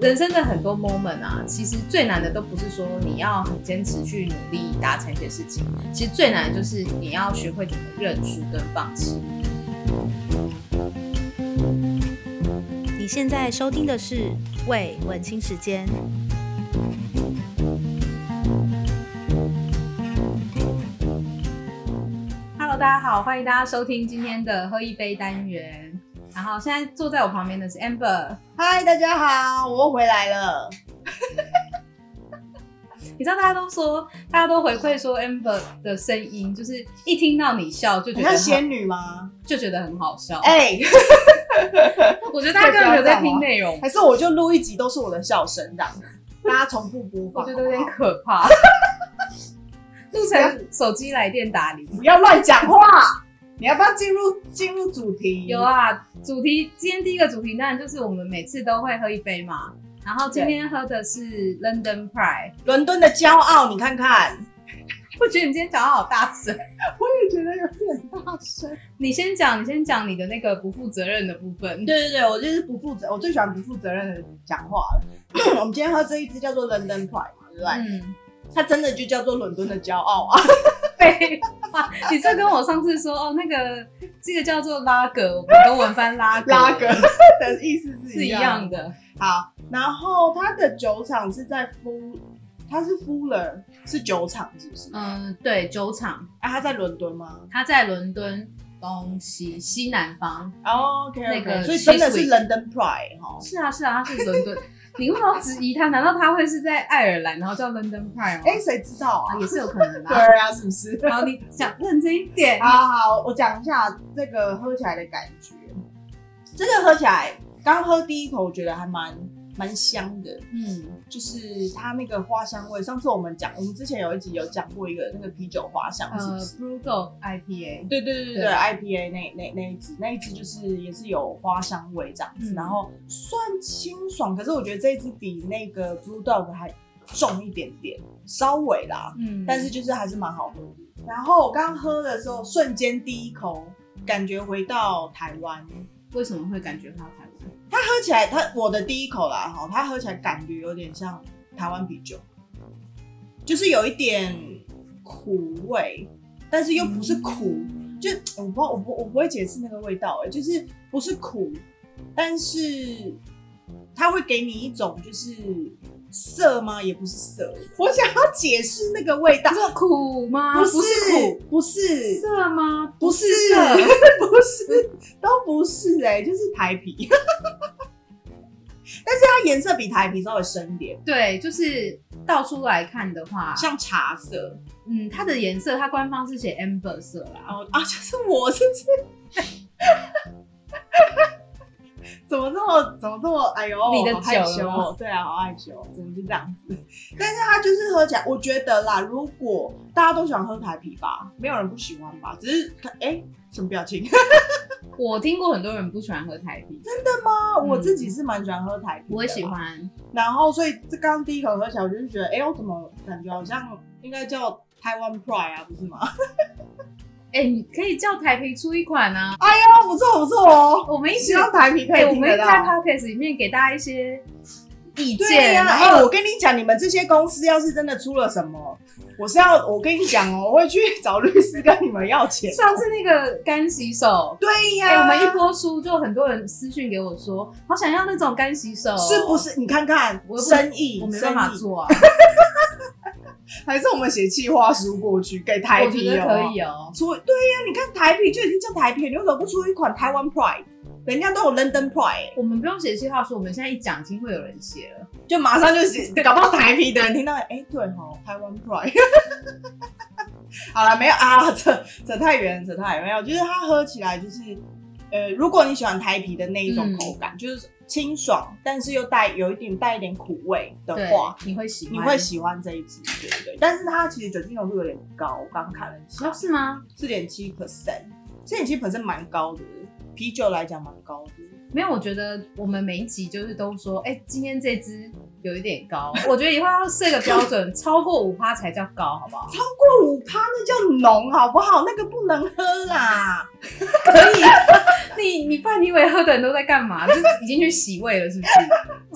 人生的很多 moment 啊，其实最难的都不是说你要很坚持去努力达成一些事情，其实最难的就是你要学会怎么认输跟放弃。你现在收听的是《为文青时间》。 Hello，大家好，欢迎大家收听今天的喝一杯单元。然后现在坐在我旁边的是 Amber。嗨，大家好，我又回来了。你知道大家都说，大家都回馈说 Amber 的声音，就是一听到你笑就觉你得看很仙 女吗？就觉得很好笑。哎、我觉得大家根本没有在听内容，还是我就录一集都是我的笑声这样子，大家重复播我放。觉得有点可 怕。录成手机来电打铃。不要乱讲话。你要不要进入进入主题？有，啊，主题今天第一个主题当然就是我们每次都会喝一杯嘛。然后今天喝的是 London Pride，伦敦的骄傲，你看看。我觉得你今天讲话好大声。我也觉得有点大声。你先讲，你先讲你的那个不负责任的部分。对对对，我就是不负责，我最喜欢不负责任的讲话了。 我们今天喝这一支叫做伦敦 pride 嘛，对不对？ 嗯，它真的就叫做伦敦的骄傲啊。废话，你这跟我上次说哦，那个这个叫做拉格，我们跟文翻拉格 拉格的意思是是一样样。的。好，然后它的酒厂是在夫，它是 Fuller 是酒厂是不是？嗯，对，酒厂，啊，它在伦敦吗它在伦敦东西西南方。哦？OK，那个所以真的 Cheesewich 是 London Pride 哈。是啊，是啊，它是伦敦。 你为什么要质疑它？难道它会是在爱尔兰，然后叫 London Pride 吗？哎，谁知道啊啊？也是有可能对的、啊。啊，是不是？好，你讲认真一点。好好，我讲一下这个喝起来的感觉。这个喝起来，刚喝第一口，我觉得还蛮蛮香的，嗯，就是它那个花香味。上次我们讲，我们之前有一集有讲过一个那个啤酒花香，是呃不是？ ，Brugal IPA，对对对对对对，IPA 那那那一支，那一支就是也是有花香味这样子，嗯然后算清爽，可是我觉得这一支比那个 Blue Dog 还重一点点，稍微啦，嗯，但是就是还是蛮好喝的。然后我刚刚喝的时候，瞬间第一口感觉回到台湾，为什么会感觉它台湾？它喝起来，它我的第一口啦哈，它喝起来感觉有点像台湾啤酒，就是有一点苦味，但是又不是苦，就我不知道我不我不会解释那个味道、欸，就是不是苦，但是它会给你一种就是涩吗？也不是涩，我想要解释那个味道你，说苦吗？啊不是是不是苦，涩吗？不是涩不是，都不是哎、就是台啤。 但是它颜色比台啤稍微深一点，对，就是倒出来看的话，像茶色。嗯，它的颜色，它官方是写 amber 色啦。哦啊， 就是我是不 是？怎么这么怎么这么哎呦，你的好害酒羞了吗哦，对啊，好害羞，怎么是这样子？但是它就是喝起来，我觉得啦，如果大家都喜欢喝台啤吧，没有人不喜欢吧？只是哎、什么表情？ 我听过很多人不喜欢喝台啤，真的，啊我自己是蛮喜欢喝台啤的啦，我也喜欢。然后，所以这刚刚第一口喝起来，我就觉得，哎、我怎么感觉好像应该叫台湾 Pride 啊，不 是吗？哎、你可以叫台啤出一款啊！啊，不错不错哦， 我们一希直望台啤可哎、以我听们一得直到。在 podcast 里面给大家一些意对见，呀、然哎、后我跟你讲，你们这些公司要是真的出了什么，我是要，我跟你讲哦，我会去找律师跟你们要钱。上次那个干洗手，对哎、呀、我们一播出就很多人私讯给我说，好想要那种干洗手，是不？是？你看看我又不生意，我没办法生意， 做啊，还是我们写企划书过去给台我啤觉得哦可以哦、出对呀、你看台啤就已经叫台啤了，你为什么不出一款台湾 Pride？人家都有 London Pride、我们不用写计划书，我们现在一讲，已经会有人写了。就马上就写，搞不好台啤的人听到，哎、对吼，台湾 Pride。好了，没有啊， 扯扯太远，扯太远，没有，就是它喝起来就是，呃，如果你喜欢台啤的那一种口感，就是清爽，但是又带有一点带一点苦味的对话，，你会喜欢？你会喜欢这一支，对不对？但是它其实酒精浓度有点高，我刚刚看了一下哦，，是吗？四点七 percent，四点七 percent 蛮高的，啤酒来讲蛮高的。没有，我觉得我们每一集就是都说，哎、今天这支有一点高，我觉得以后要设个标 准，超过五趴才叫高，好不好？超过五趴那叫浓，好不好？那个不能喝啦。可以， 你你不然你以为喝的人都在干嘛？就是已经去洗胃了，是不是？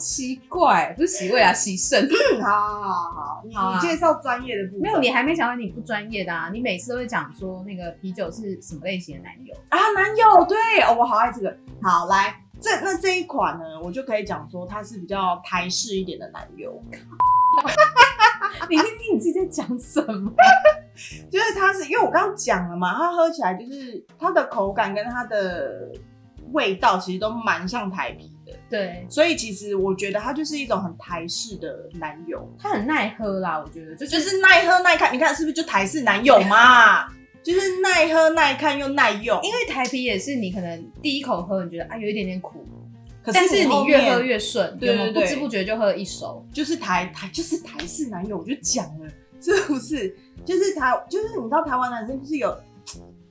奇怪，不是洗胃啊，洗肾。好好好，你好啊你介绍专业的部分。没有，你还没想到你不专业的啊！你每次都会讲说那个啤酒是什么类型的奶油，啊，男友对、哦，我好爱这个。好，来这那这一款呢，我就可以讲说它是比较台式一点的奶油，啊你听听你自己在讲什么？就是它是因为我刚刚讲了嘛，它喝起来就是它的口感跟它的味道其实都蛮像台啤的，对，所以其实我觉得它就是一种很台式的奶油，它很耐喝啦，我觉得就是就是耐喝耐看。你看是不是就台式奶油嘛？就是耐喝耐看又耐用，因为台啤也是你可能第一口喝，你觉得啊有一点点苦，可但是后你越面喝越顺，对有没有对不对知不觉就喝了一手。就是台台就是台式男友，我就讲了，是不是？就是台就是你知道台湾男生就是有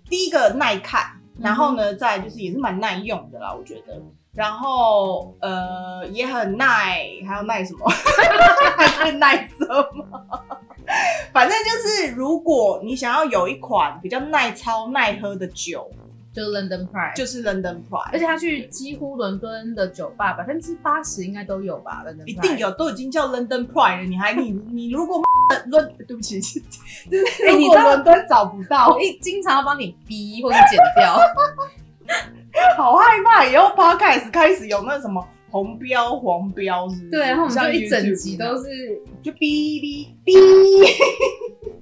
第一个耐看，然后呢，再就是也是蛮耐用的啦，我觉得。然后呃也很耐，还有耐什么？还有耐什么？反正就是，如果你想要有一款比较耐操耐喝的酒，就是 London Pride，就是 London Pride，而且他去几乎伦敦的酒吧，百分之八十应该都有吧，London Pride，一定有，都已经叫 London Pride 了，你还你你如 果伦，对不起， 就是哎如你哦果知道伦敦找不到 我，一经常要帮你逼或者剪掉，好害怕，以后 Podcast 开始有那什么红标、黄标是不 是对，然后我们像就一整 YouTube 集样都是就哔 哔哔。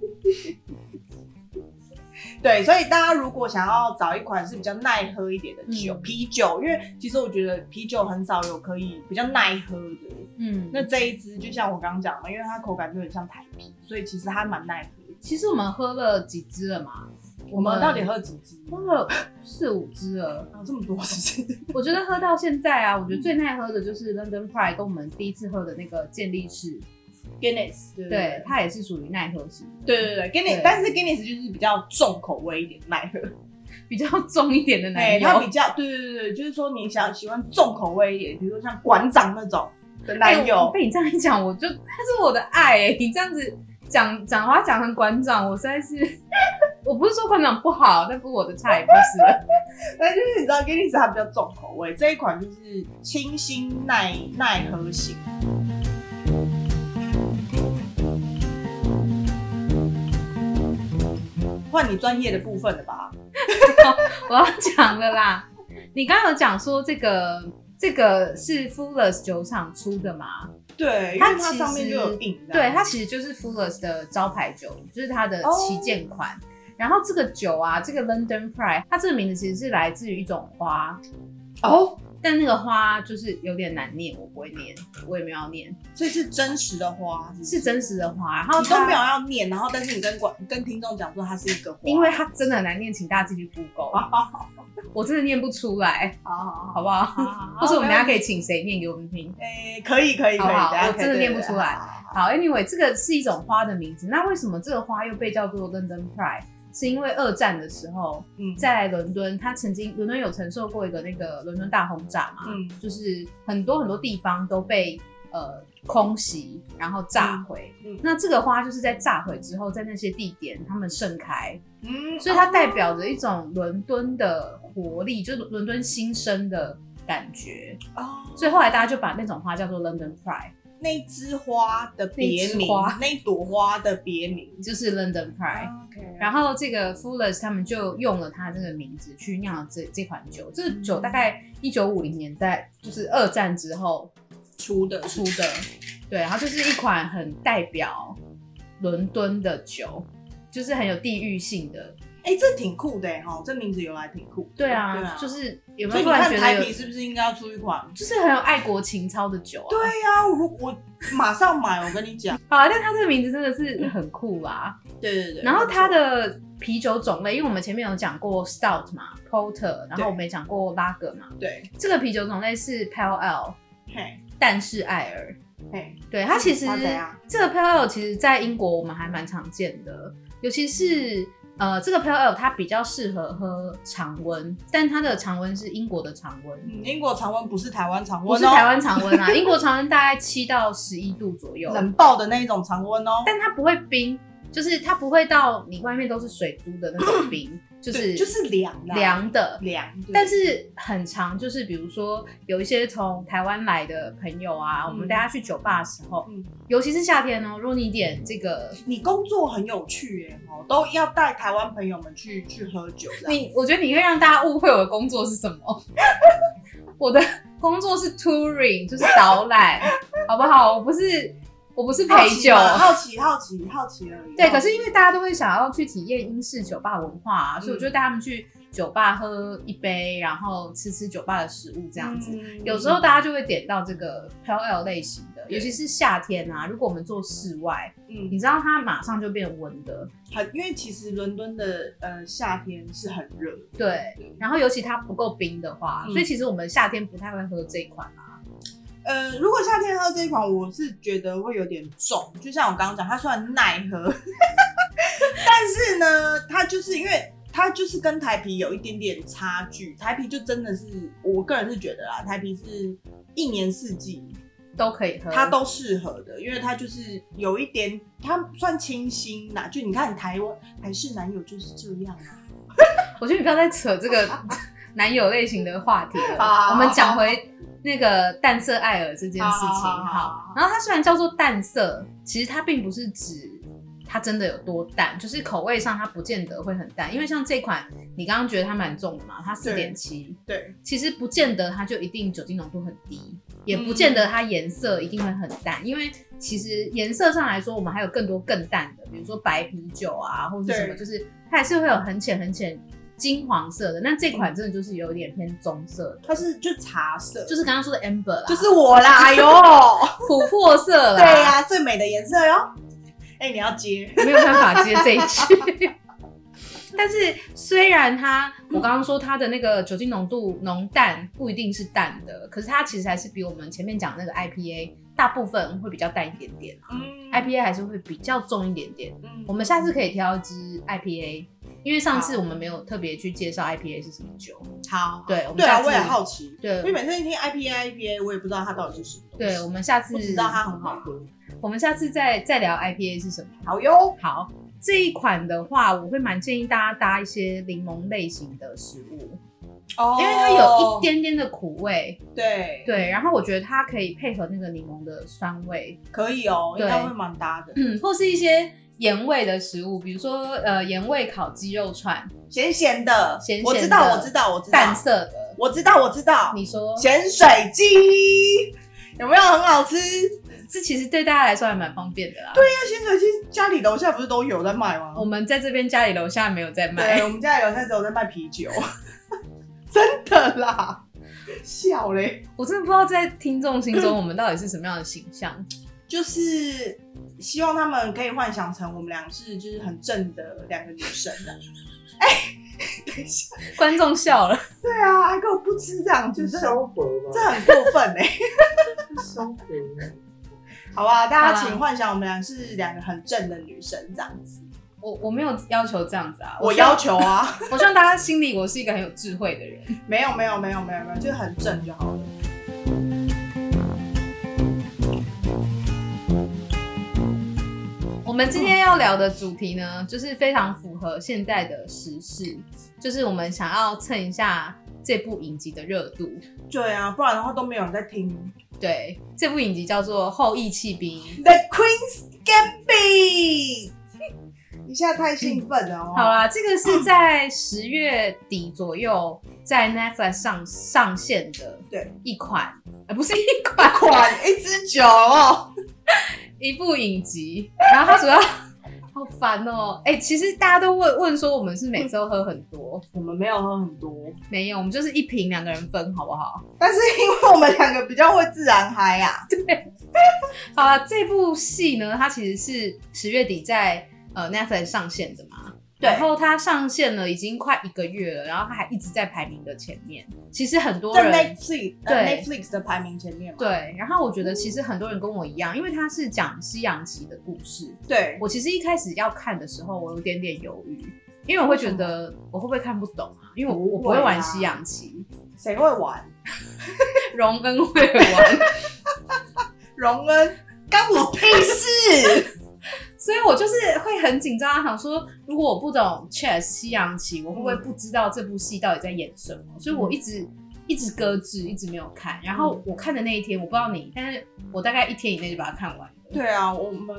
对，所以大家如果想要找一款是比较耐喝一点的酒，嗯啤酒，因为其实我觉得啤酒很少有可以比较耐喝的。嗯，那这一支就像我刚刚讲的，因为它口感就很像台啤，所以其实它蛮耐喝的。其实我们喝了几支了嘛？我们嗯到底喝几支？喝了四五支了。啊，这么多是不是？我觉得喝到现在啊，我觉得最耐喝的就是 London Pride 跟我们第一次喝的那个健力士， Guinness，对不对，它也是属于耐喝型，对对对对，Guinness，但是 Guinness 就是比较重口味一点，耐喝。比较重一点的 奶哎，它比油。较，对对对对，就是说你想喜欢重口味一点，比如说像馆长那种的奶哎我油，被你这样一讲，我就它是我的爱、哎你这样子讲讲话讲成馆长，我实在是， 我不是说馆长不好，但不是我的菜，不是。但就是你知道 Guinness 它比较重口味，这一款就是清新耐耐喝型。换你专业的部分了吧？我要讲了啦。你刚刚有讲说这个这个是 Fullers 酒厂出的吗？对，因为它它其上面实就有印的。啊哦对，它其实就是 Fullers 的招牌酒，就是它的旗舰款。然后这个酒啊，这个 London Pride，它这个名字其实是来自于一种花，哦，但那个花就是有点难念，我不会念，我也没有要念，所以是真实的花，不是真实的花。然后你都它没有，要念，然后但是你跟观跟听众讲说它是一个花，因为它真的很难念，请大家自己去 Google，好好好我真的念不出来，好好好，不好？好 或者我们等下可以，以请谁念给我们听？诶，可以可以好可不以，好等下我可以真的对念对不对出来好好好好，Anyway，这个是一种花的名字。那为什么这个花又被叫做 London Pride？是因为二战的时候，嗯在伦敦，它曾经伦敦有承受过一个那个伦敦大轰炸嘛，嗯就是很多很多地方都被呃空袭，然后炸毁。嗯嗯那这个花就是在炸毁之后，在那些地点它们盛开，嗯，所以它代表着一种伦敦的活力，就是伦敦新生的感觉。哦，所以后来大家就把那种花叫做 London Pride，那枝花的别那枝名花，啊那朵花的别名就是 London Pride。 ，OK，然后这个 Fullers 他们就用了他这个名字去酿了这这款酒，这个酒大概一九五零年代，就是二战之后出的出的，对，然后就是一款很代表伦敦的酒，就是很有地域性的，哎，这挺酷的哈，这名字由来挺酷，对啊，就是有没所有以你突然看觉台得啤有，是不是应该要出一款？就是很有爱国情操的酒啊，对呀，我如我马上买，我跟你 讲，好啊，但它这个名字真的是很酷啦，对嗯对对，然后它的的啤酒种类，因为我们前面有讲过 Stout 嘛，Porter，然对后我们也讲过拉格嘛，对，这个啤酒种类是 Pale Ale。嘿，但是艾尔，嘿，对它其实嗯它怎样这个 Pale Ale 其实在英国我们还蛮常见的，尤其是呃这个 Pale Ale 它比较适合喝常温，但它的常温是英国的常温，嗯英国常温不是台湾常温哦，不是台湾常温 啊，英国常温大概七到十一度左右，冷爆的那一种常温哦。但它不会冰，就是它不会到你外面都是水珠的那种冰，就是对就是凉啊啦凉的，凉，对但是很长，就是比如说有一些从台湾来的朋友啊，我们带他去酒吧的时候，嗯尤其是夏天哦，如果你点这个，你工作很有趣耶、哦，都要带台湾朋友们去去喝酒这样。你我觉得你会让大家误会我的工作是什么。 我的工作是 touring，就是导览，好不好？我不是我不是陪酒。好奇嘛好奇好奇好奇而已。对，好可奇是因为大家都会想要去体验英式酒吧文化啊，所以我嗯就带他们去酒吧喝一杯，然后吃吃酒吧的食物这样子。嗯有时候大家就会点到这个 p l 类型的，对尤其是夏天啊，如果我们做室外，你嗯，知道它马上就变温的，很因为其实伦敦的呃夏天是很热的，对。然后尤其它不够冰的话，嗯所以其实我们夏天不太会喝这一款啊。呃，如果夏天喝这一款，我是觉得会有点重，就像我刚刚讲，它虽然耐喝， 但是呢，它就是因为它就是跟台啤有一点点差距，台啤就真的是我个人是觉得啦，台啤是一年四季都可以喝，它都适合的，因为它就是有一点，它算清新啦，就你看台湾台式男友就是这样啊，我觉得你不要再扯这个 男友类型的话题好好了，好我们讲回那个淡色艾尔这件事情。好好好好好，然后它虽然叫做淡色，其实它并不是指它真的有多淡，就是口味上它不见得会很淡，因为像这款你刚刚觉得它蛮重的嘛，它四点七，对，其实不见得它就一定酒精浓度很低，也嗯不见得它颜色一定会很淡，因为其实颜色上来说，我们还有更多更淡的，比如说白啤酒啊，或者什么，对就是它还是会有很浅很浅金黄色的。那这款真的就是有点偏棕色的，它是就茶色，就是刚刚说的 amber 啦，就是 我啦，哎呦，琥珀色啦，对呀、最美的颜色哟，哎、你要接，没有办法接这一句。 但是虽然它，我刚刚说它的那个酒精浓度浓淡不一定是淡的，可是它其实还是比我们前面讲那个 IPA 大部分会比较淡一点点啊嗯，IPA 还是会比较重一点点。嗯我们下次可以挑一支 IPA，因为上次好我们没有特别去介绍 IPA 是什么酒。好，对，我们对啊下，次我也好奇，因为对。每次听 IPA IPA，我也不知道它到底是什么东西，对，我们下次我只知道它很好喝，我们下次再再聊 IPA 是什么。好哟，好，这一款的话，我会蛮建议大家搭一些柠檬类型的食物，哦因为它有一点点的苦味，对对。然后我觉得它可以配合那个柠檬的酸味，可以哦，应对该会蛮搭的，嗯，或是一些盐味的食物，比如说呃盐味烤鸡肉串，咸咸的，咸咸的我知道，我知道，我知道，淡色的，我知道，我知道，你说咸水鸡有没有很好吃？那这其实对大家来说还蛮方便的啦。对，咸水鸡家里楼下不是都有在卖吗？我们在这边家里楼下没有在对，卖，我们家里楼下只有在卖啤酒， 真的啦，笑嘞，我真的不知道在听众心中我们到底是什么样的形 象。就是。希望他们可以幻想成我们俩是就是很正的两个女生的。观众笑了，对啊，还给我不吃这样子，是这萧伯这吧？很过分哎、这萧伯，好吧，大家好啦请幻想我们俩是两个很正的女生这样子。我我没有要求这样子啊，我希望要求啊。 我希望大家心里我是一个很有智慧的人。没有没有没有没有没有，就是很正就好了。我们今天要聊的主题呢，就是非常符合现在的时事，就是我们想要蹭一下这部影集的热度。对啊，不然的话都没有人在听。对，这部影集叫做《后羿弃兵》。 The Queen's Gambit，一下太兴奋了哦。好，啦，这个是在十月底左右在 Netflix 上上线的，对，一款，呃，不是一款，款一支酒哦。一部影集，然后它主要 好烦哦、哎、其实大家都问问说我们是每次都喝很多，我们没有喝很多，没有，我们就是一瓶两个人分，好不好？ 但是因为我们两个比较会自然嗨啊呀、好了，这部戏呢，它其实是十月底在呃 Netflix 上线的嘛。对然后它上线了已经快一个月了，然后它还一直在排名的前面。其实很多在人 Netflix 呃对 Netflix 的排名前面嘛。对，然后我觉得其实很多人跟我一样，因为它是讲西洋棋的故事。对，我其实一开始要看的时候，我有点点犹豫，因为我会觉得我会不会看不懂啊？因为我我不不会会啊玩西洋棋， 谁会玩？荣恩会玩，荣恩，干我屁事！所以我就是会很紧张，想说如果我不懂 chess 西洋棋，我会不会不知道这部戏到底在演什么？嗯所以我一直一直搁置，一直没有看。然嗯后我看的那一天，我不知道你，但是我大概一天以内就把它看完了。对啊，我们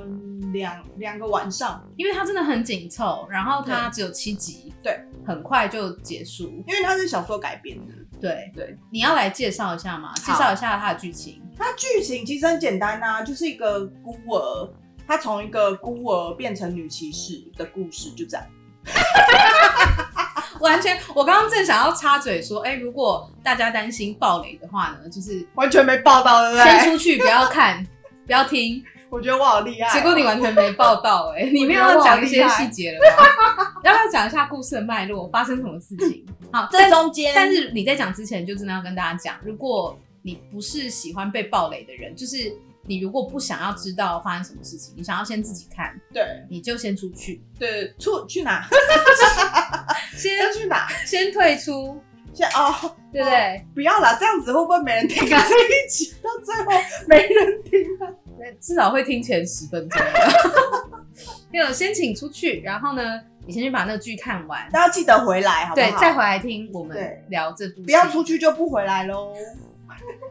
两两个晚上，因为它真的很紧凑，然后它只有七集，对，很快就结束。因为它是小说改编的，对对，你要来介绍一下吗？介绍一下它的剧情。它剧情其实很简单呐、就是一个孤儿，他从一个孤儿变成女骑士的故事，就这样。完全，我刚刚正想要插嘴说，哎、如果大家担心暴雷的话呢，就是完全没报道，对不先？出去不要看，不要听。我觉得我好厉 害哦、结果你完全没报道、哎， 你没有要讲一些细节了吗？ 要不要讲一下故事的脉络，发生什么事情？好，在但中间，但是你在讲之前，就真的要跟大家讲，如果你不是喜欢被暴雷的人，就是你如果不想要知道发生什么事情，你想要先自己看，对你就先出去，对，出去哪？ 先要去哪？先退出，先哦，对不对？不要啦，这样子会不会没人听 啊？这一集到最后没人听啊？至少会听前十分钟。 没有，先请出去，然后呢，你先去把那个剧看完，大家记得回来，好不好？对，再回来听我们对聊这部。不要出，去就不回来喽。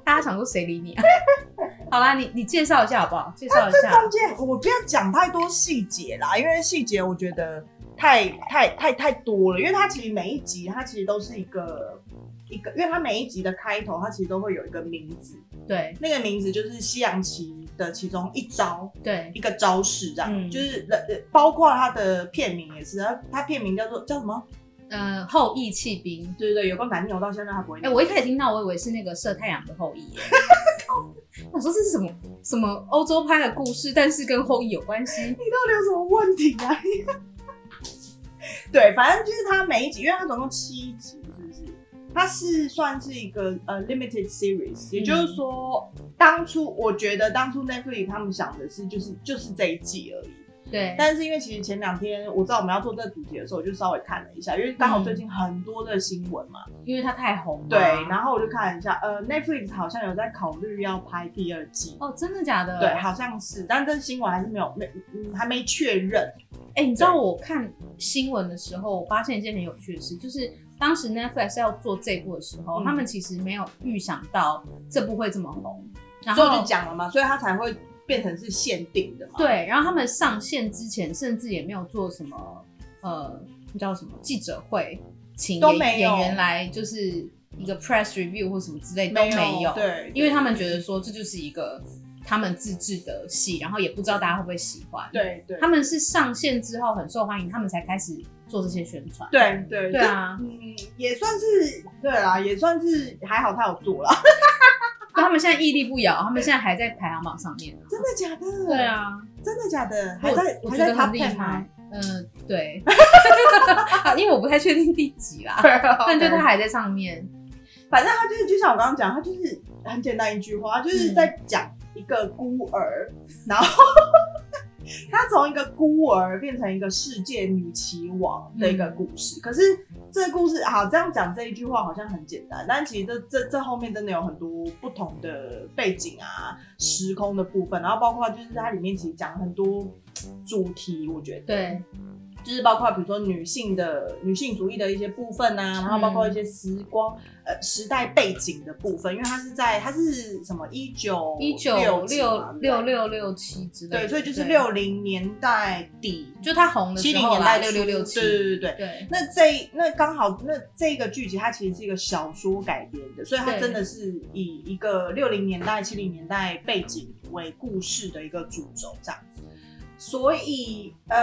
大家想说谁理你啊？ 好啦，你你介绍一下好不好？介绍一啊这下中，间我不要讲太多细节啦，因为细节我觉得太太太太多了，因为它其实每一集它其实都是一个一个，因为它每一集的开头它其实都会有一个名字，对那个名字就是西洋棋的其中一招，对一个招式，这样、嗯就是呃呃包括它的片名也是，它它片名叫做叫什么？呃，后羿弃兵。对对对，有够难念，我到现在还不会哎、念。我一开始听到，我以为是那个射太阳的后羿耶。 我说这是什么什么欧洲拍的故事，但是跟后羿有关系。你到底有什么问题啊？ 对，反正就是它每一集，因为它总共七集，是不是？它是算是一个呃 limited series，也就是说，当初我觉得当初 Netflix 他们想的是就是就是这一季而已。对，但是因为其实前两天我知道我们要做这主题的时候，我就稍微看了一下，因为刚好最近很多的新闻嘛，因为它太红了。对，然后我就看了一下，呃，Netflix 好像有在考虑要拍第二季，哦，真的假的？对，好像是，但这新闻还是没有没、嗯、还没确认。哎、你知道我看新闻的时候，我发现一件很有趣的事，就是当时 Netflix 要做这部的时候，嗯他们其实没有预想到这部会这么红，然所以我后就讲了嘛，所以它才会变成是限定的嘛。，对，然后他们上线之前，甚至也没有做什么呃，那叫什么记者会，请都演没有演员来就是一个 press review 或什么之类都没有，没有，对，因为他们觉得说这就是一个他们自制的戏，然后也不知道大家会不会喜欢，，对对他们是上线之后很受欢迎，他们才开始做这些宣传，。对对对，啊，这嗯，也算是对啦，也算是还好他有做啦。他们现在屹立不摇，他们现在还在排行榜上面啊。真的假的？对，啊，真的假的？还我在我还觉在得 top 很厉 ten 啊吗害？。嗯，对， 因为我不太确定第几啦，但就他还在上面。反正他就是就像我刚刚讲，他就是很简单一句话，他就是嗯在讲一个孤儿，然后他从一个孤儿变成一个世界女棋王的一个故事。可是这个故事好这样讲这一句话好像很简单，但其实这这这后面真的有很多不同的背景啊、时空的部分，然后包括就是它里面其实讲很多主题，我觉得对，就是包括比如说女性的女性主义的一些部分啊，然后包嗯括一些时光、呃时代背景的部分，因为它是在它是什么一九一九六六六六七之类的。对，所以就是，六零年代底就他红的七时零候年啦，代六初六六七。对对对对。对，那这那刚好那这个剧集它其实是一个小说改编的，所以它对真的是以一个六零年代、七零年代背景为故事的一个主轴这样子。所以呃，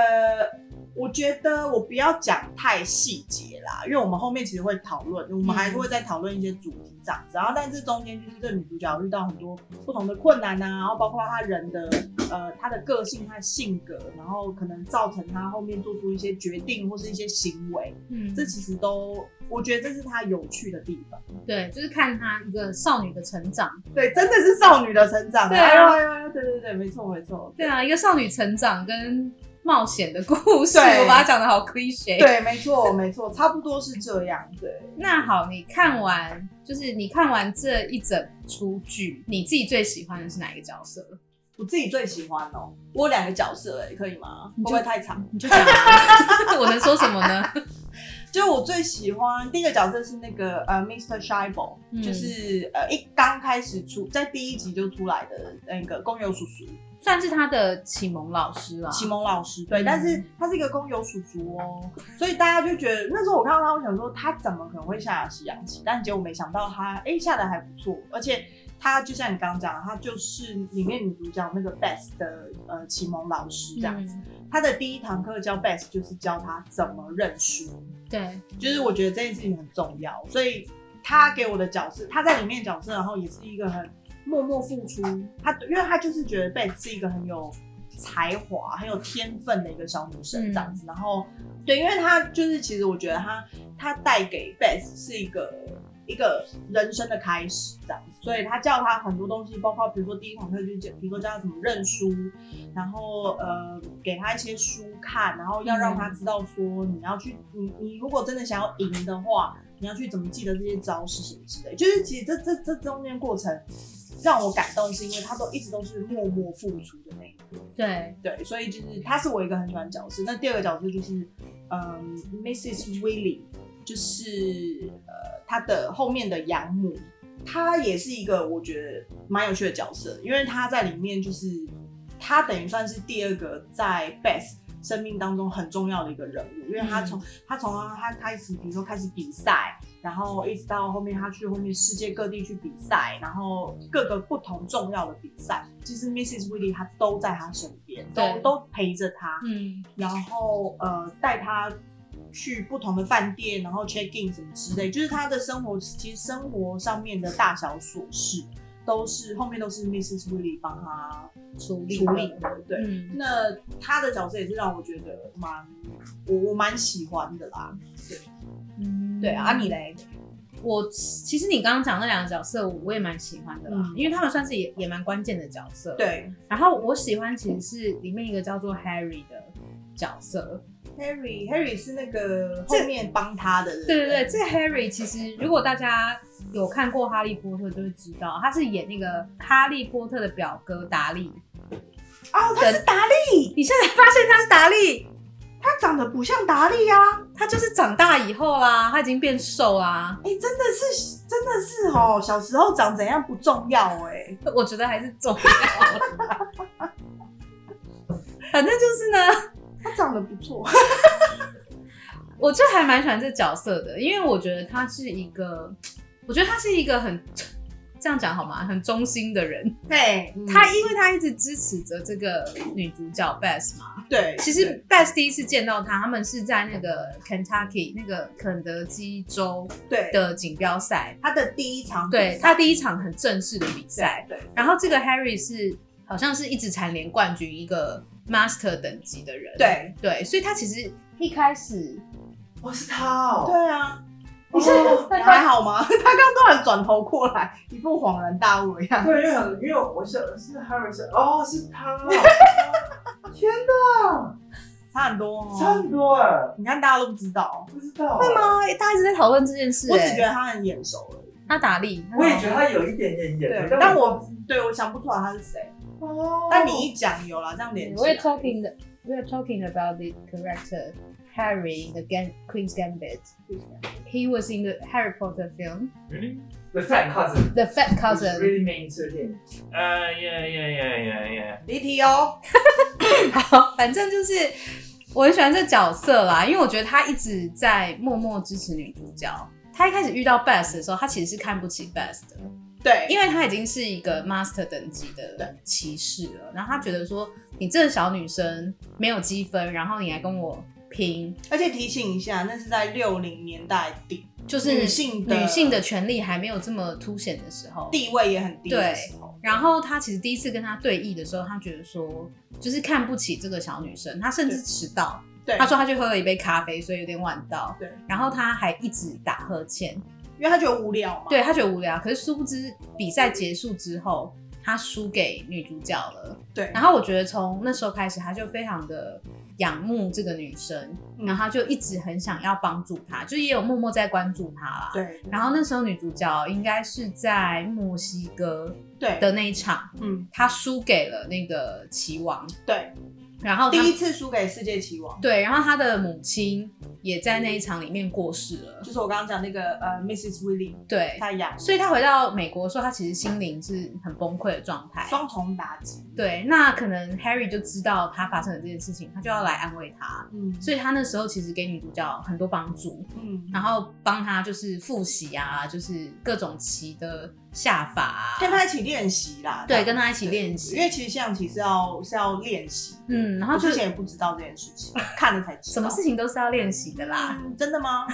我觉得我不要讲太细节啦，因为我们后面其实会讨论，我们还嗯会再讨论一些主题这样子。然后，但是中间就是这女主角遇到很多不同的困难啊，然后包括她人的呃她的个性、她的性格，然后可能造成她后面做出一些决定或是一些行为。嗯，这其实都，我觉得这是她有趣的地方。对，就是看他一个少女的成长。对，真的是少女的成长。对啊哎呦哎呦对对对，没错没错。对啊，一个少女成长跟冒险的故事，对我把它讲的好 cliche。对，没错没错，差不多是这样。对，那好，你看完就是你看完这一整出剧，你自己最喜欢的是哪一个角色？我自己最喜欢哦。我有两个角色、欸，可以吗？会你不就会太长？ 你就讲，我能说什么呢？就我最喜欢第一个角色是那个呃，Mr. Shibo，、嗯就是呃一刚开始出在第一集就出来的那个公友叔叔，算是他的启蒙老师啦。启蒙老师，对，嗯但是他是一个公友叔叔哦，所以大家就觉得那时候我看到他，我想说他怎么可能会下西洋棋？但结果没想到他哎、诶下的还不错，而且他就像你刚刚讲的，他就是里面女主角那个 Bess 的呃启蒙老师这样子。嗯，他的第一堂课教 Bess 就是教他怎么认输，对，就是我觉得这件事情很重要，所以他给我的角色，他在里面的角色，然后也是一个很默默付出，他因为他就是觉得贝是一个很有才华、很有天分的一个小女生嗯这样子，然后对，因为他就是其实我觉得他他带给贝是一个。一个人生的开始，这样子，所以他教他很多东西，包括比如说第一堂课就教，比如说教他怎么认输，然后呃，给他一些书看，然后要让他知道说你要去，你你如果真的想要赢的话，你要去怎么记得这些招式什么之类。就是其实这这这中间过程让我感动，是因为他都一直都是默默付出的那一个。对，对，所以就是他是我一个很喜欢的角色。那第二个角色就是嗯，Mrs. Willie，就是呃他的后面的养母，她也是一个我觉得蛮有趣的角色，因为她在里面就是她等于算是第二个在 Beth 生命当中很重要的一个人物，因为她从她从她开始，比如说开始比赛，然后一直到后面她去后面世界各地去比赛，然后各个不同重要的比赛，其实 Mrs. Willie 她都在她身边，都对都陪着她，嗯，然后呃带他去不同的饭店，然后 check in 什么之类，就是他的生活其实生活上面的大小琐事都是后面都是 Mrs. Willie 帮他处理处理的，对。嗯，那他的角色也是让我觉得蛮，我我蛮喜欢的啦。嗯对啊，你嘞？我其实你刚刚讲那两个角色，我也蛮喜欢的啦，嗯因为他们算是也也蛮关键的角色。，对然后我喜欢其实是里面一个叫做 Harry 的角色。 ，Harry Harry 是那个后这面帮他的，对不对对，这个 Harry 其实如果大家有看过《哈利波特》，就会知道他是演那个哈利波特的表哥达利。哦，他是达利，你现在发现他是达利，他长得不像达利啊！他就是长大以后啦，他已经变瘦啊啦。哎、真的是真的是哦，小时候长怎样不重要哎、我觉得还是重要。 反正就是呢，他长得不错，我就还蛮喜欢这角色的，因为我觉得他是一个，我觉得他是一个很这样讲好吗？很忠心的人。对，嗯他因为他一直支持着这个女主角 Bess 嘛。 对，其实 Bess 第一次见到他，他们是在那个 Kentucky 那个肯德基州对的锦标赛，他的第一场比赛，对他第一场很正式的比赛。对然后这个 Harry 是好像是一直蝉联冠军一个 Master 等级的人。对对，所以他其实一开始我是他哦，对啊。哦你现在你还好吗？ 他刚刚突然转头过来，一副恍然大悟的样子。对，因为很因为我是是 Harry 是哦是 他哦，天哪，差很多哦。差很多哎，你看大家都不知道，不知道会？吗？大家一直在讨论这件事、我只欸觉得他很眼熟而已。他打力，我也觉得他有一点点眼对熟，，但我对我想不出来他是谁。哦，但你一讲有啦，这样联系。 We're talking the we're talking about the character Harry in the Gan- Queen's Gambit. He was in the Harry Potter film, Really? the fat cousin The Fat was Cousin. really mean to him。 Uh, yeah, yeah, yeah, yeah, yeah. 离题哦。好，反正就是我很喜欢这角色啦，因为我觉得他一直在默默支持女主角。他一开始遇到 Bess 的时候，他其实是看不起 Bess 的，对，因为他已经是一个 master 等级的骑士了。然后他觉得说，你这个小女生没有积分，然后你还跟我拼，而且提醒一下，那是在六零年代底，就是女性的女性的权利还没有这么凸显的时候。地位也很低的对时候。然后他其实第一次跟他对弈的时候，他觉得说就是看不起这个小女生，他甚至迟到。对他说他去喝了一杯咖啡，所以有点晚到。对，然后他还一直打呵欠，因为他觉得无聊嘛。对他觉得无聊。可是殊不知比赛结束之后，他输给女主角了。对，然后我觉得从那时候开始，他就非常的仰慕这个女生，嗯然后他就一直很想要帮助她，就是也有默默在关注她啦。。对然后那时候女主角应该是在墨西哥对的那一场，嗯她输给了那个棋王，对，然后她第一次输给世界棋王，对，然后她的母亲也在那一场里面过世了，就是我刚刚讲那个呃，Mrs. Willie，对，她养所以她回到美国的时候，她其实心灵是很崩溃的状态。双重打击，，对，那可能 Harry 就知道她发生了这件事情，他就要来安慰她。嗯，所以他那时候其实给女主角很多帮助，嗯，然后帮她就是复习啊，就是各种棋的下法啊，跟她一起练习啦，对跟她一起练因为习，其实象棋是要是要练习，嗯，然我后就之前也不知道这件事情，看了才知道。什么事情都是要练习的啦。嗯真 的吗？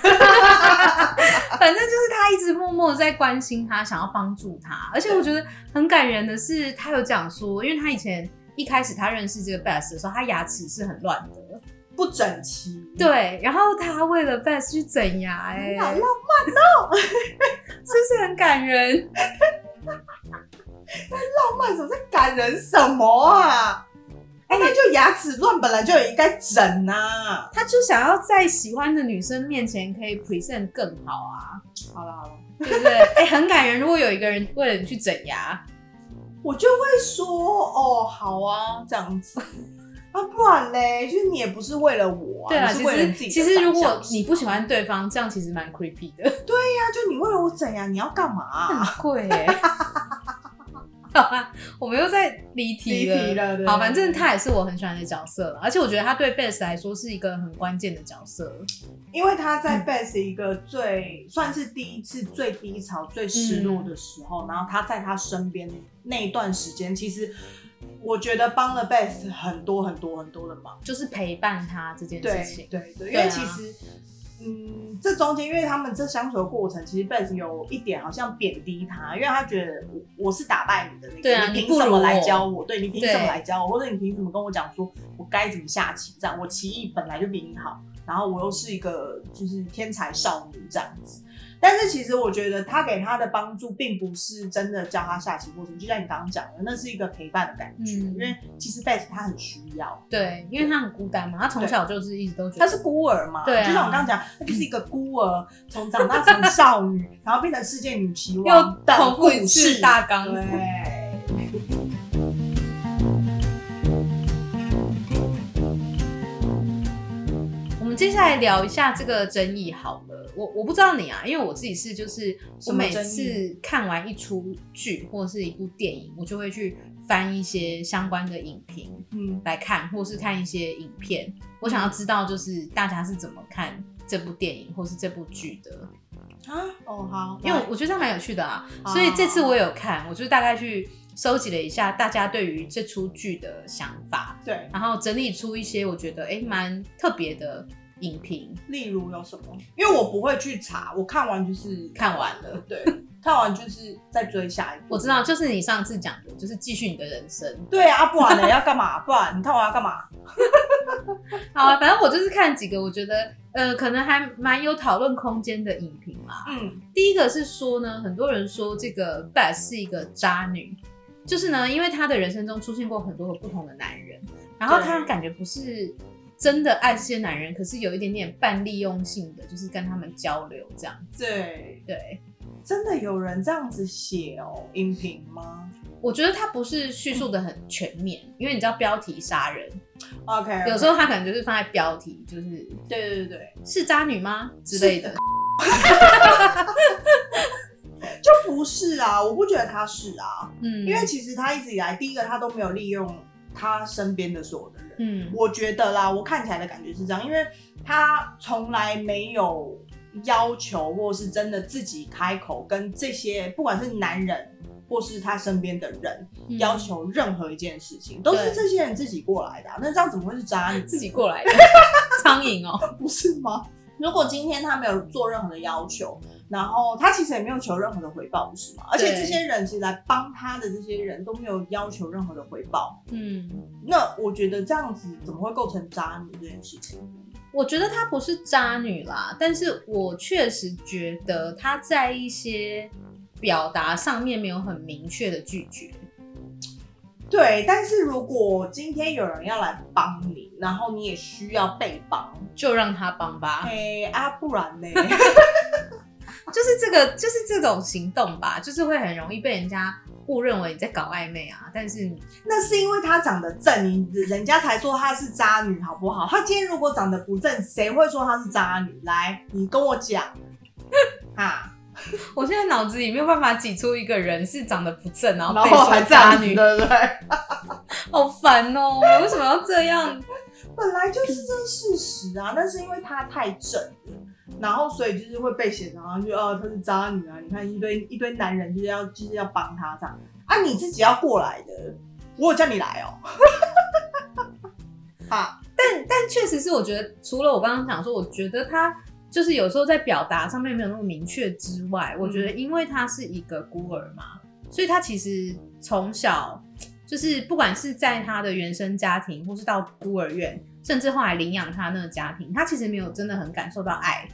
反正就是他一直默默地在关心她，想要帮助她，而且我觉得很感人的是，他有讲说，因为他以前一开始他认识这个 Bess 的时候，他牙齿是很乱嗯的，不整齐，，对，然后他为了 Bess 去整牙、哎，嗯好浪是不是很感人？漫，慢什么在感人什么啊？哎、那就牙齿乱本来就也应该整啊。他就想要在喜欢的女生面前可以 present 更好啊，好了好了，对不对？ 哎、很感人。如果有一个人为了你去整牙，我就会说哦，好啊，这 样子。啊，不然嘞，就是你也不是为了我啊，对啊，你其是为了自己实的其实如长果相你不喜欢对方，这样其实蛮 creepy 的，对呀、啊就你为了我整牙，你要干嘛啊、 很贵耶、好吧，我们又在离题了。离题了对好，反正他也是我很喜欢的角色了，而且我觉得他对 Bess 来说是一个很关键的角色。因为他在 Bass 一个最、算是第一次最低潮、最失落的时嗯候，然后他在他身边那一段时间，其实我觉得帮了 Bass 很多很多很多的忙。就是陪伴他这件对事情，对对，因对啊为其实。嗯，这中间，因为他们这相处的过程，其实 Bass 有一点好像贬低他，因为他觉得我我是打败你的那个，对啊你你凭不什如么来我教我？对你凭什么对来教我？或者你凭什么跟我讲说我该怎么下棋？这样我棋艺本来就比你好，然后我又是一个就是天才少女这样子。但是其实我觉得他给他的帮助，并不是真的教他下棋或什么，就像你刚刚讲的，那是一个陪伴的感觉。嗯因为其实 Bass 他很需要，对，因为他很孤单嘛，他从对小就是一直都觉得她是孤儿嘛，对啊就像我刚刚讲，她就是一个孤儿，从长大成少女，然后变成世界女棋又王的重故复一次事大纲，对，我们接下来聊一下这个争议好了。我我不知道你啊，因为我自己是就是我什么每争议次看完一出剧或是一部电影，我就会去翻一些相关的影评嗯，来看，或是看一些影片。我想要知道就是大家是怎么看这部电影或是这部剧的，啊，哦好，因为我来我觉得这样蛮有趣的啊。好所以这次我有看，我就大概去收集了一下大家对于这出剧的想法，对，然后整理出一些我觉得诶蛮、特别的影评。例如有什么？因为我不会去查，我看完就是看完了，对，看完就是再追下一部。我知道，就是你上次讲的，就是继续你的人生。对啊，不然呢要干嘛？不然你看完要干嘛？好啊，反正我就是看几个，我觉得呃，可能还蛮有讨论空间的影评啦。嗯，第一个是说呢，很多人说这个 Bess 是一个渣女，就是呢，因为她的人生中出现过很多个不同的男人，然后她对感觉不是真的爱这些男人，可是有一点点半利用性的，就是跟他们交流这样。对，对，真的有人这样子写哦，音频吗我觉得她不是叙述的很全面，因为你知道标题杀人， ？OK，有时候她可能就是放在标题，就是对对对是渣女吗之类的？对，就不是啊，我不觉得他是啊。嗯，因为其实他一直以来，第一个他都没有利用他身边的所有的人。嗯我觉得啦，我看起来的感觉是这样，因为他从来没有要求，或是真的自己开口跟这些，不管是男人或是他身边的人，嗯要求任何一件事情，都是对这些人自己过来的啊、那这样怎么会是渣女？自己过来的 苍蝇哦， 不是吗？如果今天他没有做任何的要求，然后他其实也没有求任何的回报，不是吗？而且对这些人其实来帮他的这些人都没有要求任何的回报，嗯，那我觉得这样子怎么会构成渣女这件事情？我觉得她不是渣女啦，但是我确实觉得她在一些表达上面没有很明确的拒绝，对，但是如果今天有人要来帮你，然后你也需要被帮，就让他帮吧。哎、啊，不然呢？就是这个，就是这种行动吧，就是会很容易被人家误认为你在搞暧昧啊。但是那是因为他长得正，你人家才说他是渣女，好不好？他今天如果长得不正，谁会说他是渣女？来，你跟我讲 啊，我现在脑子里没有办法挤出一个人是长得不正，然后然被后说还这渣样子，女，对 不对？好烦哦、为什么要这样？本来就是这是事实啊，但是因为他太正了，然后所以就是会被写上，然后就哦他是渣女啊，你看一堆一堆男人就是要就是要帮他这样啊，你自己要过来的，我有叫你来哦，啊，但但确实是，我觉得除了我刚刚讲说，我觉得他就是有时候在表达上面没有那么明确之外，我觉嗯得因为他是一个孤儿嘛，所以他其实从小就是不管是在他的原生家庭，或是到孤儿院，甚至后来领养他那个家庭，他其实没有真的很感受到爱，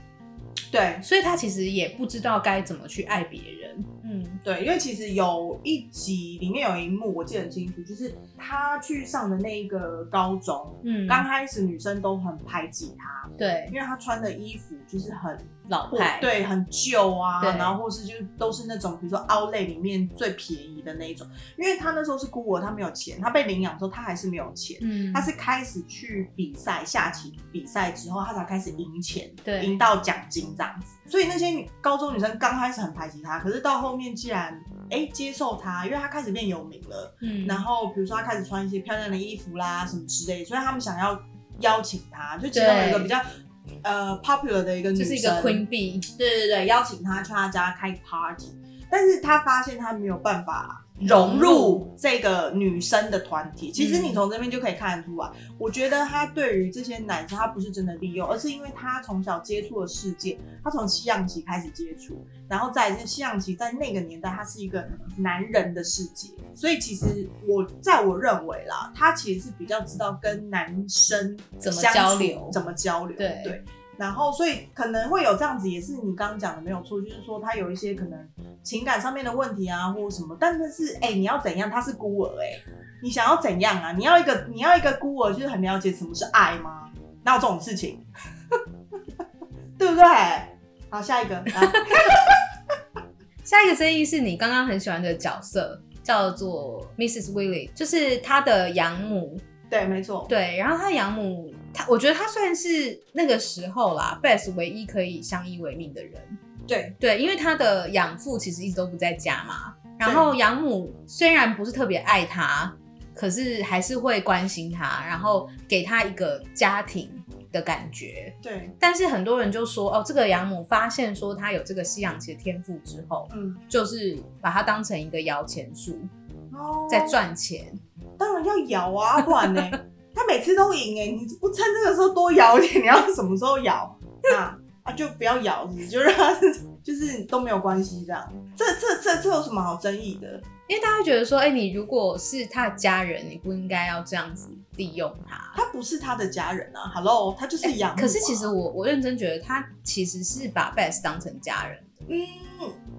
对所以他其实也不知道该怎么去爱别人。嗯，对，因为其实有一集里面有一幕我记得很清楚，就是他去上的那一个高中，嗯刚开始女生都很排挤他，对因为他穿的衣服就是很老或派，对，很旧啊，对然后或是就是都是那种，比如说 Outlet 里面最便宜的那一种，因为他那时候是孤儿，他没有钱，他被领养之后他还是没有钱，嗯，他是开始去比赛下棋比赛之后，他才开始赢钱，对赢到奖金这样子。所以那些女高中女生刚开始很排挤他，可是到后面既然哎接受他，因为他开始变有名了，嗯，然后比如说他开始穿一些漂亮的衣服啦什么之类的，所以他们想要邀请他，就其中有一个对比较呃 popular 的一个女就是生，一个 Queen B，对对对，邀请他去他家开 party，但是他发现他没有办法融入这个女生的团嗯体。其实你从这边就可以看得出来，我觉得他对于这些男生，他不是真的利用，而是因为他从小接触的世界，他从西洋棋开始接触，然后再来是西洋棋在那个年代，它是一个男人的世界，所以其实我在我认为啦，他其实是比较知道跟男生怎么相处交流怎么交流，对对。然后，所以可能会有这样子，也是你刚刚讲的没有错，就是说他有一些可能情感上面的问题啊，或者什么。但是，哎、你要怎样？他是孤儿、哎，你想要怎样啊？你要一个，你要一个孤儿，就是很了解什么是爱吗？哪有这种事情？ 对不对？好，下一个，啊来下一个争议是你刚刚很喜欢的角色，叫做 Mrs. Willie，就是她的养母。对，没错，对，然后她养母，她我觉得她算是那个时候啦，Bess 唯一可以相依为命的人。对 对，因为她的养父其实一直都不在家嘛，然后养母虽然不是特别爱她，可是还是会关心她，然后给她一个家庭的感觉。对，但是很多人就说，哦，这个养母发现说她有这个西洋棋的天赋之后，嗯，就是把它当成一个摇钱树哦在赚钱。当然要摇啊，不然呢？ 他每次都赢哎、你不趁这个时候多摇一点，你要什么时候摇啊？啊，就不要摇，你就让他就是都没有关系这样。这这这这有什么好争议的？因为大家会觉得说，哎、你如果是他的家人，你不应该要这样子利用他。他不是他的家人啊，Hello，他就是养、哎啊可是其实，我我认真觉得，他其实是把 Bess 当成家人。嗯，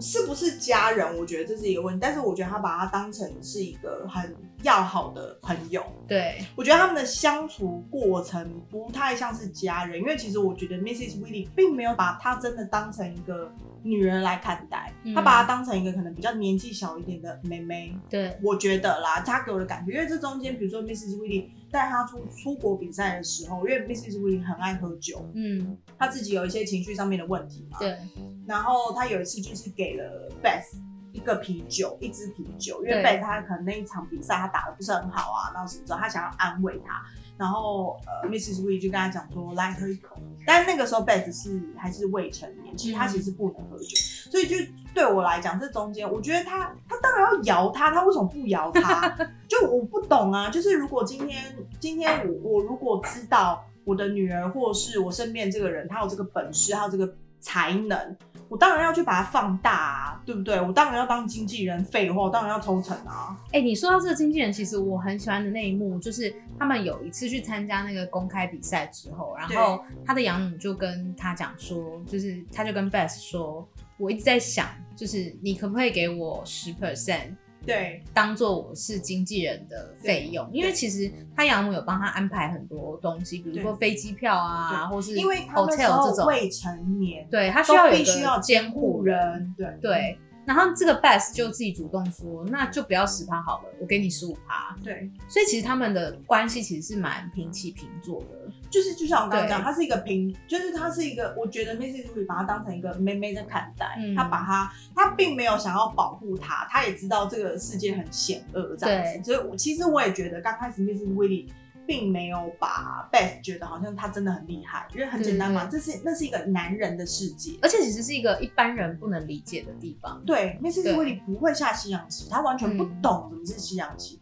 是不是家人，我觉得这是一个问题。但是我觉得他把他当成是一个很要好的朋友，对，我觉得他们的相处过程不太像是家人，因为其实我觉得 Mrs. Willie 并没有把她真的当成一个女人来看待，嗯她把她当成一个可能比较年纪小一点的妹妹。对，我觉得啦，她给我的感觉，因为这中间，比如说 Mrs. Willie 带她出出国比赛的时候，因为 Mrs. Willie 很爱喝酒，嗯，她自己有一些情绪上面的问题嘛，对，然后他有一次就是给了 Beth 一个啤酒，一支啤酒，因为对 Beth 他可能那一场比赛他打的不是很好啊，然后什么之后他想要安慰他，然后呃 Mrs. Wee 就跟他讲说来喝一口，但那个时候 Beth 是还是未成年，其实他嗯其实不能喝酒，所以就对我来讲这中间，我觉得他他当然要摇他，他为什么不摇他？ 就我不懂啊，就是如果今天今天我我如果知道我的女儿或是我身边这个人，他有这个本事，他有这个才能，我当然要去把它放大啊，对不对？我当然要当经纪人，废话，我当然要抽成啊。哎、你说到这个经纪人，其实我很喜欢的那一幕，就是他们有一次去参加那个公开比赛之后，然后他的养母就跟他讲说，就是他就跟 Beth 说，我一直在想，就是你可不可以给我十 percent 对当做我是经纪人的费用，因为其实他养母有帮他安排很多东西，比如说对飞机票啊，或是因为他那时 hotel 这候种，未成年，对他需要有都一必须要个监护人，人，嗯对对。然后这个 Best 就自己主动说，那就不要十趴好了，我给你十五趴。对，所以其实他们的关系其实是蛮平起平坐的，就是就像我刚刚讲，对它是一个平，就是它是一个，我觉得 Missy Louis 把它当成一个妹妹在看待，嗯她把她，她并没有想要保护她，她也知道这个世界很险恶这样对子，所以我其实我也觉得刚开始 Missy Louis 并没有把 Beth 觉得好像她真的很厉害，因为很简单嗯嘛，这是那是一个男人的世界。而且其实是一个一般人不能理解的地方。对，Mrs. 对 w i l l i 不会下西洋棋，她完全不嗯懂什么是西洋棋。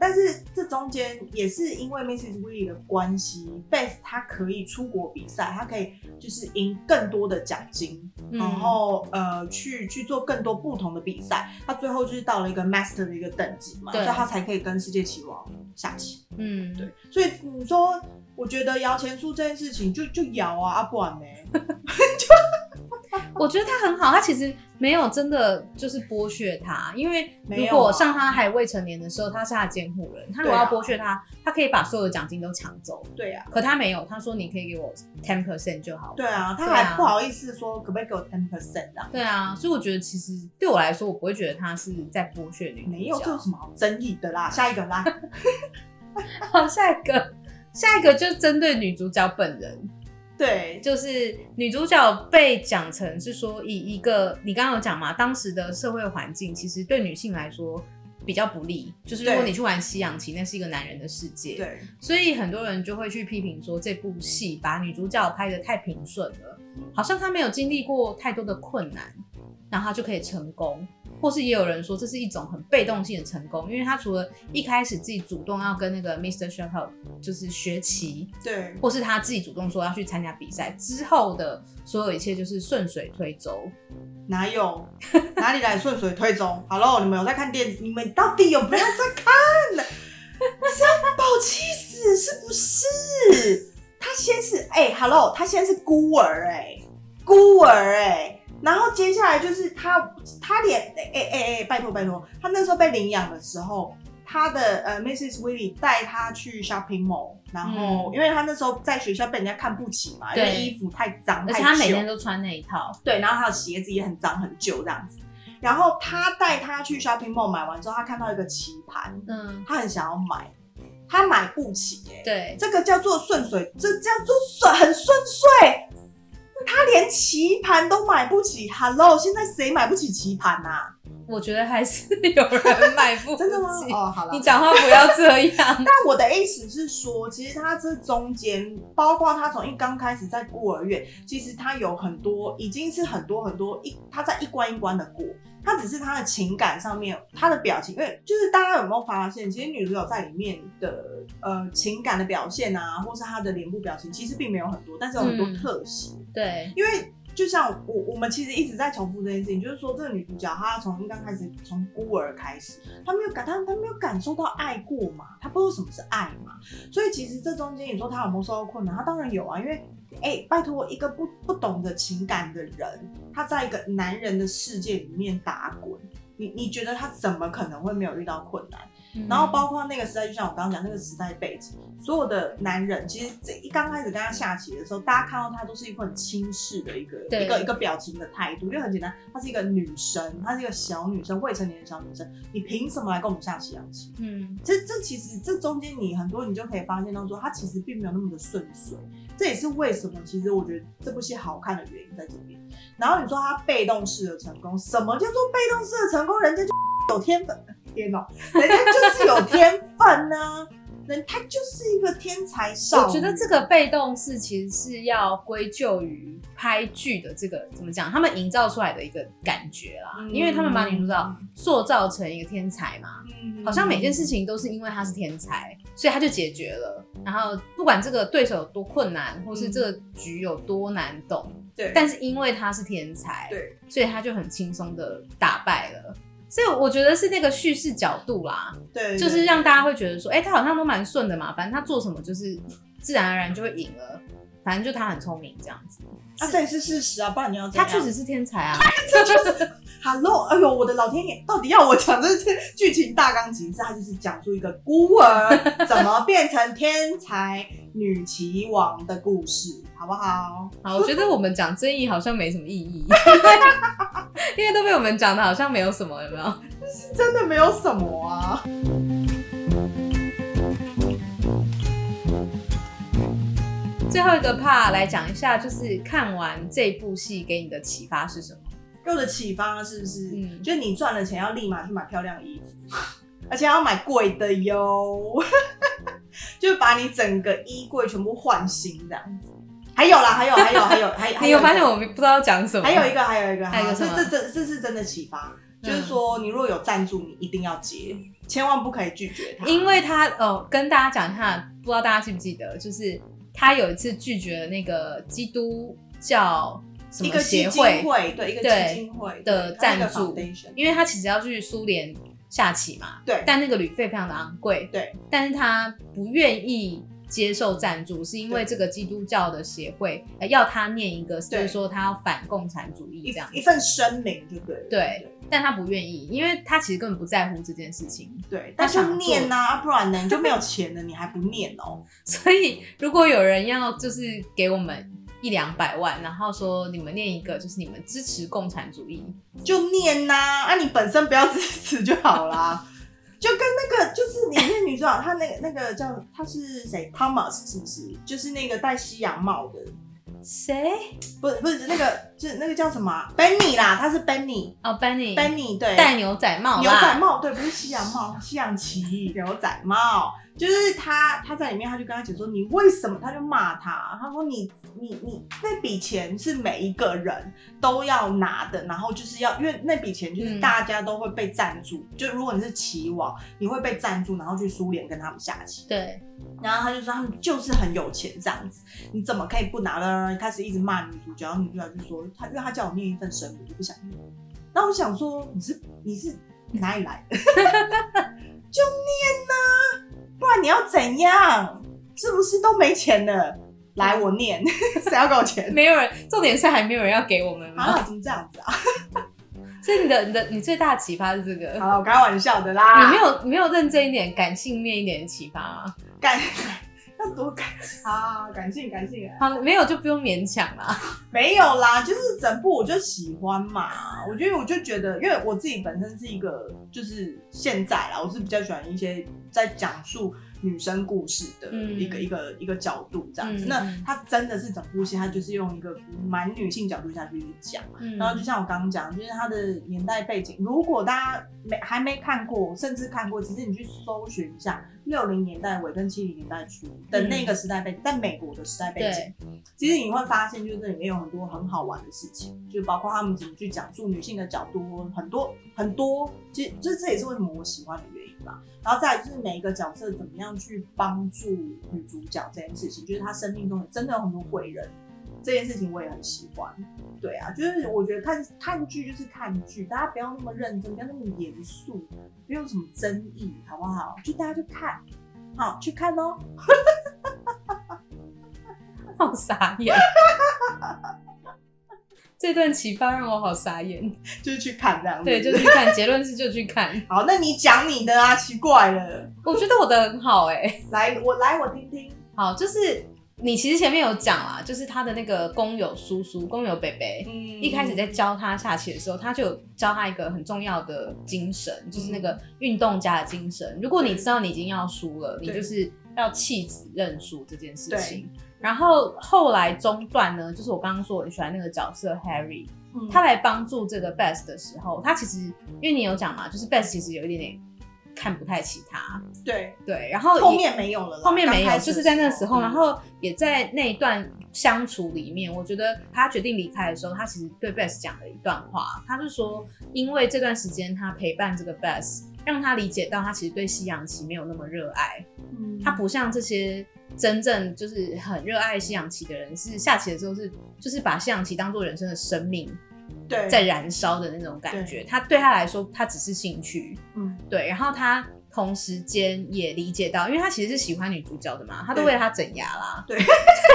但是这中间也是因为 Mrs. w i l l i 的关系，Beth 她可以出国比赛，她可以就是赢更多的奖金，嗯然后呃去去做更多不同的比赛。她最后就是到了一个 Master 的一个等级嘛，对所以她才可以跟世界棋王下棋。嗯，对，所以你说，我觉得摇钱树这件事情就就摇啊，啊不然呢？ 我觉得他很好，他其实没有真的就是剥削他，因为如没有果啊上他还未成年的时候，他是他的监护人，他如果对要啊剥削他，他可以把所有的奖金都抢走，对呀、可他没有，他说你可以给我 ten percent 就好。对啊，她对啊还不好意思说可不可以给我 ten percent 啊？对啊，所以我觉得其实对我来说，我不会觉得他是在剥削女主角。没有，这有什么好争议的啦？下一个啦，好，下一个，下一个就针对女主角本人，对，就就是女主角被讲成是说，以一个你刚刚有讲嘛，当时的社会环境其实对女性来说比较不利，就是如果对你去玩西洋棋，那是一个男人的世界，，对所以很多人就会去批评说这部戏把女主角拍的太平顺了，好像她没有经历过太多的困难，然后她就可以成功。或是也有人说这是一种很被动性的成功，因为她除了一开始自己主动要跟那个 Mr. s h e r h e l 就是学棋，对或是他自己主动说要去参加比赛之后的所有一切就是顺水推舟。哪有哪里来顺水推舟？Hello，你们有在看电你们到底有没有在看？是要保气死是不是？他先是哎、h e l l o 他先是孤儿哎、孤儿哎、然后接下来就是他，他连哎哎哎哎，拜托拜托，他那时候被领养的时候，他的呃 Mrs. Willie 带他去 shopping mall，然后、因为他那时候在学校被人家看不起嘛，因为嗯对衣服太脏，而且太他每旧天都穿那一套，对，然后他的鞋子也很脏很旧这样子。然后他带他去 shopping mall 买完之后，他看到一个棋盘，嗯，他很想要买，他买不起哎、对，这个叫做顺水，这叫做顺很顺遂。他连棋盘都买不起，Hello，现在谁买不起棋盘呐、我觉得还是有 人买不真的吗起？哦，好了你，讲话不要这 样。但我的意思是说，其实他这中间，包括他从一刚开始在孤儿院，其实他有很多，已经是很多很多一，他在一关一关的过。他只是他的情感上面，他的表情，因为就是大家有没有发现，其实女主角在里面的呃情感的表现啊，或是她的脸部表情，其实并没有很多，但是有很多嗯特写。对，因为就像我我们其实一直在重复这件事情，就是说这个女主角她从刚开始从孤儿开始，她没有感她她没有感受到爱过嘛，她不知道什么是爱嘛，所以其实这中间你说她有没有受到困难，她当然有啊，因为。哎、拜托，一个不不懂得情感的人，他在一个男人的世界里面打滚，你你觉得他怎么可能会没有遇到困难？嗯然后包括那个时代，就像我刚刚讲那个时代背景，所有的男人其实这一刚开始跟他下棋的时候，大家看到他都是一个很轻视的一个对一个一个表情的态度，就很简单，她是一个女生，她是一个小女生，未成年的小女生，你凭什么来跟我们下西洋棋？啊嗯，这这其实这中间你很多你就可以发现到说，它其实并没有那么的顺遂，这也是为什么其实我觉得这部戏好看的原因在这边。然后你说它被动式的成功，什么叫做被动式的成功？人家就有天分，天哪， 人家就是有天分呐、人他就是一个天才少女。我觉得这个被动式其实是要归咎于拍剧的这个怎么讲，他们营造出来的一个感觉啦，嗯因为他们把女主角塑造成一个天才嘛，嗯好像每件事情都是因为他是天才，所以他就解决了。然后不管这个对手有多困难，或是这嗯个局有多难懂，对，但是因为他是天才，对，所以他就很轻松的打败了。所以我觉得是那个叙事角度啦，对就是让大家会觉得说，哎、他好像都蛮顺的嘛，反正他做什么就是自然而然就会赢了。反正就他很聪明这样子。啊，这也是事实啊，不然你要怎他样确实是天才啊， Hello，哎呦，我的老天爷，到底要我讲这些剧情大纲几次？他就是讲述一个孤儿怎么变成天才女棋王的故事，好不好？好，我觉得我们讲正义好像没什么意义， 因为都被我们讲的好像没有什么，有没有？真的没有什么啊。最后一个 part 来讲一下，就是看完这部戏给你的启发是什么？给我的启发是不是？嗯就是你赚了钱要立马去买漂亮衣服，而且要买贵的哟， 就是把你整个衣柜全部换新这样子。还有啦，还有，还有，还有，还你有发现我？我们不知道讲 什么？还有一个，还有一个，还有一个这什么嗯这这这是真的启发，就是说你如果有赞助，你一定要接，千万不可以拒绝他。因为他呃，跟大家讲一下，不知道大家记不记得，就是他有一次拒绝了那个基督教什一么个基协金会，会，对一个对基金会的对它那个赞助 foundation 因为他其实要去苏联下棋嘛，对但那个旅费非常的昂贵，对，但是他不愿意接受赞助，是因为对这个基督教的协会、呃要他念一个，就是对说他要反共产主义一这样一份声明就对了。对但他不愿意，因为他其实根本不在乎这件事情，对，他但是想做念呐、啊，不然呢你就没有钱了，你还不念哦？所以如果有人要就是给我们一两百万，然后说你们念一个，就是你们支持共产主义，就念呐、啊，你本身不要支持就好 啦。就跟那个就是里面女主角，她那个那个叫她是谁？Thomas 是不是？就是那个戴西洋帽的，谁？不不是那个，就是那个叫什么啊、Benny 啦，他是 Benny 哦 b e n n y b e n Benny 对，戴牛仔帽啦，牛仔帽对，不是西洋帽，西洋旗牛仔帽，就是他他在里面，他就跟他姐说你为什么？他就骂他，他说你你你那笔钱是每一个人都要拿的，然后就是要因为那笔钱就是嗯大家都会被赞助，就如果你是棋王，你会被赞助，然后去苏联跟他们下棋。对，然后他就说他们就是很有钱这样子，嗯你怎么可以不拿呢？开始一直骂女主角，然后女主角就说他，因为他叫我念一份声明，我就不想念。然后我想说你是你是哪里来的？ 就念呐、不然你要怎样？是不是都没钱了？来我念， 谁要给我钱？没有人，重点是还没有人要给我们嘛。啊，怎么这样子啊？所以你的你的你最大的启发是这个，好了，我开玩笑的啦。你没有你没有认真一点、感性面一点的启发吗？感 要多感啊，感性感性啊。好，没有就不用勉强啦。没有啦，就是整部我就喜欢嘛。我觉得我就觉得，因为我自己本身是一个，就是现在啦，我是比较喜欢一些在讲述女生故事的嗯一个、一个一个角度这样子。嗯那嗯它真的是整部戏，它就是用一个蛮女性角度下去讲。嗯然后就像我刚刚讲，就是它的年代背景，如果大家没还没看过，甚至看过，其实你去搜寻一下六零年代尾跟七零年代初的嗯那个时代背景，在美国的时代背景，其实你会发现，就是这里面有很多很好玩的事情，就包括他们怎么去讲述女性的角度，很多很多，其实这这也是为什么我喜欢的原因吧。然后再来就是每一个角色怎么样去帮助女主角这件事情，就是她生命中真的有很多贵人，这件事情我也很喜欢。对啊，就是我觉得看看剧就是看剧，大家不要那么认真，不要那么严肃，不用什么争议，好不好？就大家就看，好去看哦。好傻眼。 这段启发让我好傻眼。就是去看这样子。对，就去看，结论是就去看。好。那你讲你的啊，奇怪了，我觉得我的很好哎、来，我来我听听。好，就是你其实前面有讲啦，就是他的那个工友叔叔、工友伯伯，嗯一开始在教他下棋的时候，他就有教他一个很重要的精神，就是那个运动家的精神。如果你知道你已经要输了，你对就是要弃子认输这件事情。然后后来中段呢，就是我刚刚说我很喜欢那个角色 Harry，嗯他来帮助这个 Best 的时候，他其实因为你有讲嘛，就是 Best 其实有一点点看不太起他，对对，然后也后面没有了啦，后面没刚有，开始就的是在那时候，嗯然后也在那一段相处里面，我觉得他决定离开的时候，他其实对 Bess 讲了一段话，他是说，因为这段时间他陪伴这个 Bess，让他理解到他其实对西洋棋没有那么热爱，嗯他不像这些真正就是很热爱西洋棋的人，是下棋的时候是就是把西洋棋当做人生的生命对在燃烧的那种感觉，他对他来说，他只是兴趣，嗯对，然后他同时间也理解到，因为他其实是喜欢女主角的嘛，他都为了她整牙啦。对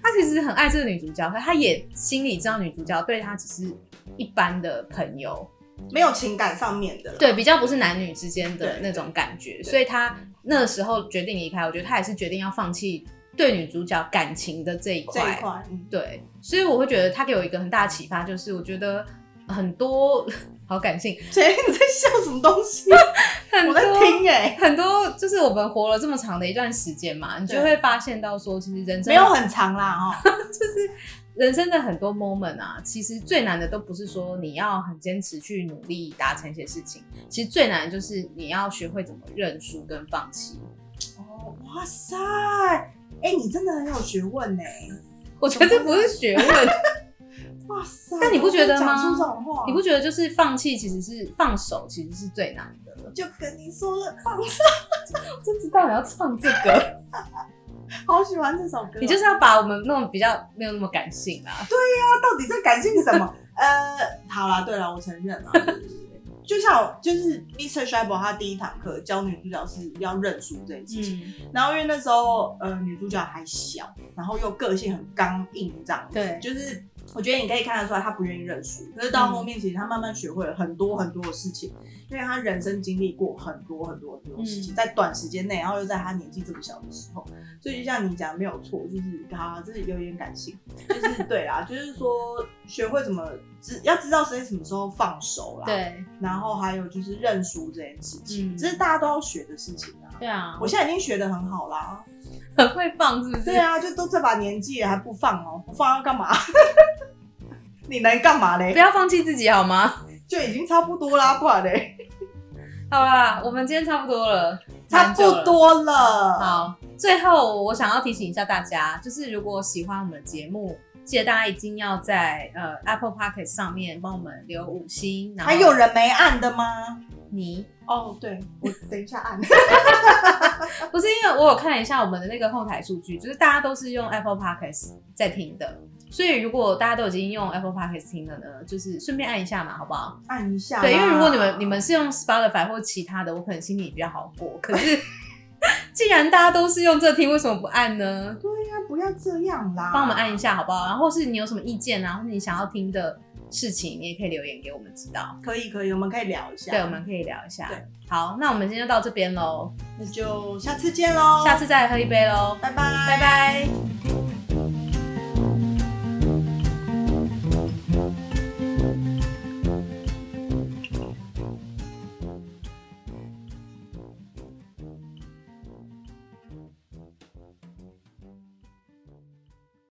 他其实很爱这个女主角，可他也心里知道女主角对他只是一般的朋友，没有情感上面的啦，对，比较不是男女之间的对那种感觉，对所以他那时候决定离开，我觉得他也是决定要放弃对女主角感情的这一这一块。块，嗯，对，所以我会觉得他给我一个很大的启发，就是我觉得很多 好感性，谁 你在笑什么东 西？很多我在听哎、很多就是我们活了这么长的一段时间嘛，你就会发现到说，其实人生没有很长啦哦，人生的很多 moment 啊，其实最难的都不是说你要很坚持去努力达成一些事情，其实最难的就是你要学会怎么认输跟放弃。哦哇塞，哎、你真的很有学问哎、我觉得这不是学问，哇塞！但你不觉得吗怎么会讲出这种话，你不觉得就是放弃其实是放手，其实是最难的。 就跟你说了，放就知道你要唱这个，好喜欢这首歌。你就是要把我们弄得比较没有那么感性啦。他到底在感性什么？ 呃，好啦，对了，我承认啦。 就像我就是 Mr. s h i b e 他第一堂课教女主角是要认输这件事情，嗯，然后因为那时候呃女主角还小，然后又个性很刚硬这样子，对就是我觉得你可以看得出来她不愿意认输，可是嗯到后面其实她慢慢学会了很多很多的事情，因为她人生经历过很多很多很多事嗯情，在短时间内，然后又在她年纪这么小的时候，所以就像你讲的没有错，就是她这有点感性，就是 对啦，就是说学会怎么知要知道谁什么时候放手啦，，对，然后还有就是认输这件事情，嗯这是大家都要学的事情啊。对啊，我我现在已经学得很好啦，很会放，是不是？对啊，就都这把年纪了还不放哦，不放要干嘛？ 你能干嘛不嘞？要放弃自己好吗？ 就已经差不多啦，不然嘞，好啦，我们今天差不多了，差蛮不久了。多了。，好，最后我想要提醒一下大家，就是如果喜欢我们的节目，记得大家一定要在呃 Apple p o c k e t 上面帮我们留五星。然后还有人没按的吗？你哦，对，我等一下 按。不是因为我有看了一下我们的那个后台数据，就是大家都是嗯用 Apple Podcast 在听的，所以如果大家都已经用 Apple Podcast 听了呢，就是顺便按一下嘛，好不好？按一下啦。对，因为如果你们你们是用 Spotify 或其他的，我可能心里比较好过。可是 既然大家都是用这听，为什么不按呢？对呀、不要这样啦，帮我们按一。下好不好？然后或是你有什么意见啊，或是你想要听的事情，你也可以留言给我们知道。可以可以，我们可以聊一下。对，我们可以聊一下对。好，那我们今天就到这边喽，那就下次见喽，下次再来喝一杯喽，拜拜拜拜。